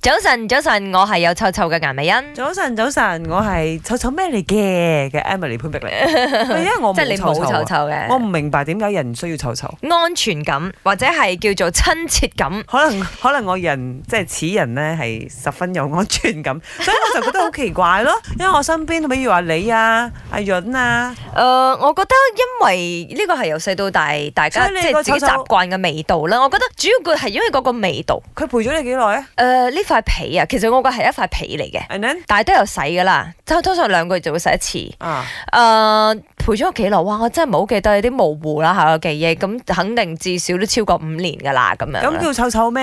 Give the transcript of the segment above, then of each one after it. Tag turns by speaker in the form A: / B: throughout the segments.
A: 早晨，早晨，我係有臭臭嘅顏美欣，
B: 早晨，早晨，我係臭臭咩嚟嘅嘅 Emily 潘 碧玲，喂因為我
A: 即係你冇
B: 冇臭
A: 臭
B: 臭啊，
A: 臭嘅，
B: 我唔明白點解人需要臭臭，
A: 安全感或者係叫做親切感。
B: 可能可能我人即係此人咧係十分有安全感， 所以我就覺得好奇怪咯，因為我身邊比如話你啊、阿潤啊，
A: 誒、呃我覺得因為呢個係由細到大大家
B: 所以
A: 即
B: 你
A: 係
B: 個
A: 自己
B: 臭臭
A: 習慣嘅味道啦。我覺得主要個係因為嗰個味道。
B: 佢陪咗你幾耐啊
A: 誒、呢塊皮啊，其實我個係一塊皮嚟嘅，
B: ？And then
A: 但係都有洗噶啦，通通常兩個月就會洗一次。
B: 啊，
A: 誒、陪咗我幾耐？哇！我真係唔好記得，有啲模糊啦嚇嘅嘢，咁肯定至少都超過五年噶啦咁樣啦。
B: 咁叫臭臭咩？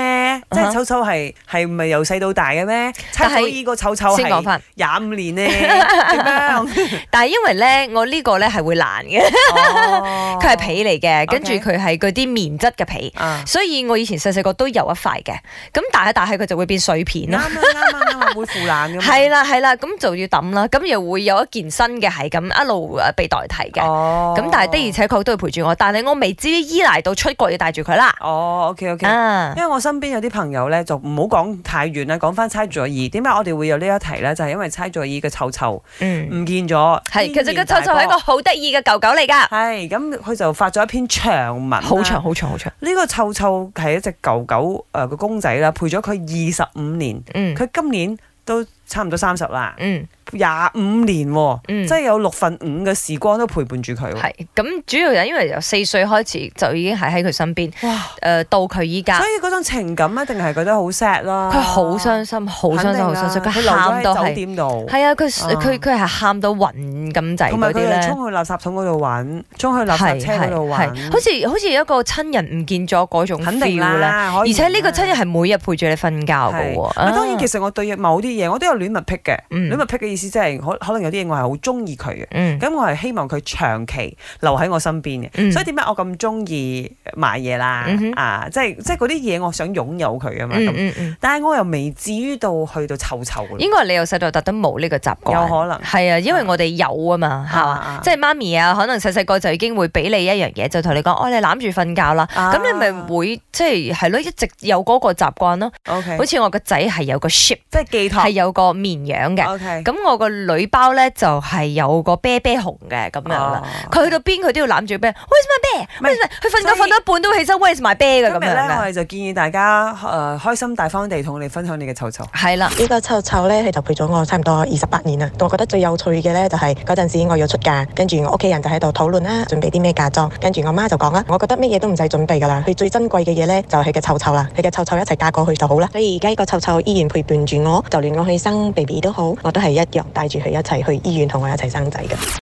B: 即
A: 啊哈
B: 係臭臭係係唔係由細到大嘅咩？差
A: 但係
B: 咗依個臭臭
A: 先講
B: 係
A: 翻，
B: 廿 五年呢，點樣？
A: 但係因為咧，我呢個咧係會爛嘅，
B: 哦
A: 佢係皮嚟嘅，跟住
B: OK
A: 佢係嗰啲棉質嘅皮，
B: 啊。
A: 所以我以前細細個都有一塊嘅，咁大下大下佢就會變碎片
B: 啱
A: 咯。
B: 啊啱啊啱啊，會腐爛 嘅。
A: 係啦係啦，咁就要抌啦，咁又會有一件新嘅係咁一路誒被代替嘅，咁、
B: 哦，
A: 但係的而且確都會陪住我，但係我未至於依賴到出國要帶住佢啦。
B: 哦，OK OK。
A: 啊
B: 因，為我身邊有啲朋友咧，就唔好講太遠啦，講翻猜座椅。點解我哋會有呢一題咧？就係、因為猜座椅嘅臭臭
A: 嗯，
B: 唔見咗。
A: 係，其實個
B: 個
A: 臭臭係一個好得意嘅狗狗嚟㗎，
B: 係咁，佢就發咗一篇長文啦。
A: 好長好長好長，
B: 呢個臭臭係一隻狗狗誒個公仔啦，陪咗佢二十五年，
A: 嗯
B: 佢今年都差唔多三十啦，
A: 嗯
B: 廿五年喎，
A: 嗯
B: 即。係有六分五嘅時光都陪伴住佢喎。
A: 係咁，主要就因為由四歲開始就已經係喺佢身邊，誒、呃
B: 哇！
A: 到佢依家
B: 所，以嗰種情感一定係覺得好 sad 啦。
A: 佢好傷心，好傷心，好傷心，
B: 啊肯定
A: 佢
B: 啦佢
A: 喊
B: 留
A: 到
B: 咗喺酒
A: 係，
B: 店度，
A: 係啊，佢
B: 啊
A: 佢佢係喊到暈咁滯
B: 同
A: 嗰
B: 埋
A: 啲
B: 佢哋
A: 咧
B: 衝。去垃圾桶嗰度揾，衝去垃圾
A: 係
B: 車嗰
A: 係
B: 度
A: 係，
B: 揾，
A: 好似好似一個親人唔見咗嗰種
B: 肯定
A: feel 咧，
B: 啦。可以
A: 而且呢個
B: 啦
A: 親人係每日陪住你瞓覺嘅
B: 係
A: 喎。
B: 咪當然，其
A: 啊
B: 實我對某啲嘢我都有戀物癖嘅。
A: 嗯
B: 戀物癖嘅意思即係可可能有啲嘢我係好中意佢嘅，
A: 嗯
B: 咁我係希望佢長期留喺我身邊
A: 嗯
B: 嘅。所以點解我咁中意買嘢啦
A: 嗯哼？
B: 啊，即係即係嗰啲嘢我想擁有佢啊嘛。
A: 嗯
B: 咁
A: 嗯嗯，
B: 但係我又未至於到去到臭臭㗎
A: 應該係你由細到大都冇呢個習慣，
B: 有可能
A: 係啊，因為我哋有啊嘛，係
B: 啊
A: 嘛
B: 啊，
A: 即係媽咪啊，可能細細個就已經會俾你一樣嘢，就同你講，哦，你攬住瞓覺啦，
B: 啊
A: 咁你咪會即係係咯，一直有嗰個習慣咯。
B: OK，
A: 好似我個仔係有個 sheep，
B: 即係寄託
A: 係。有個綿羊嘅，
B: OK，
A: 咁我個女包咧就係有個啤啤熊嘅咁樣啦。
B: 哦
A: 佢去到邊佢都要攬住啤，Where's my bear？
B: 咪
A: Where's my-" 佢瞓覺
B: 所
A: 瞓
B: 以
A: 到一半都起身，Where's my bear 嘅咁
B: 今日咧，
A: 樣
B: 我
A: 嘅，
B: 哋就建議大家誒、呃、開心大方地同我哋分享你嘅臭臭。
A: 係啦。
C: 呢個臭臭咧，佢就陪咗我差唔多二十八年啦。我覺得最有趣嘅咧，就係嗰陣時我要出嫁，跟住我屋企人就喺度討論啦，準備啲咩嫁妝。跟住我媽就講啦，我覺得乜嘢都唔使準備噶啦，佢最珍貴嘅嘢咧就係佢嘅臭臭啦，佢嘅臭臭一齊嫁過去就好啦。所以而家呢個臭臭依然陪伴住我，就連我去生 B B 都好，我都係一樣帶住佢一齊去醫院同我一齊生仔嘅。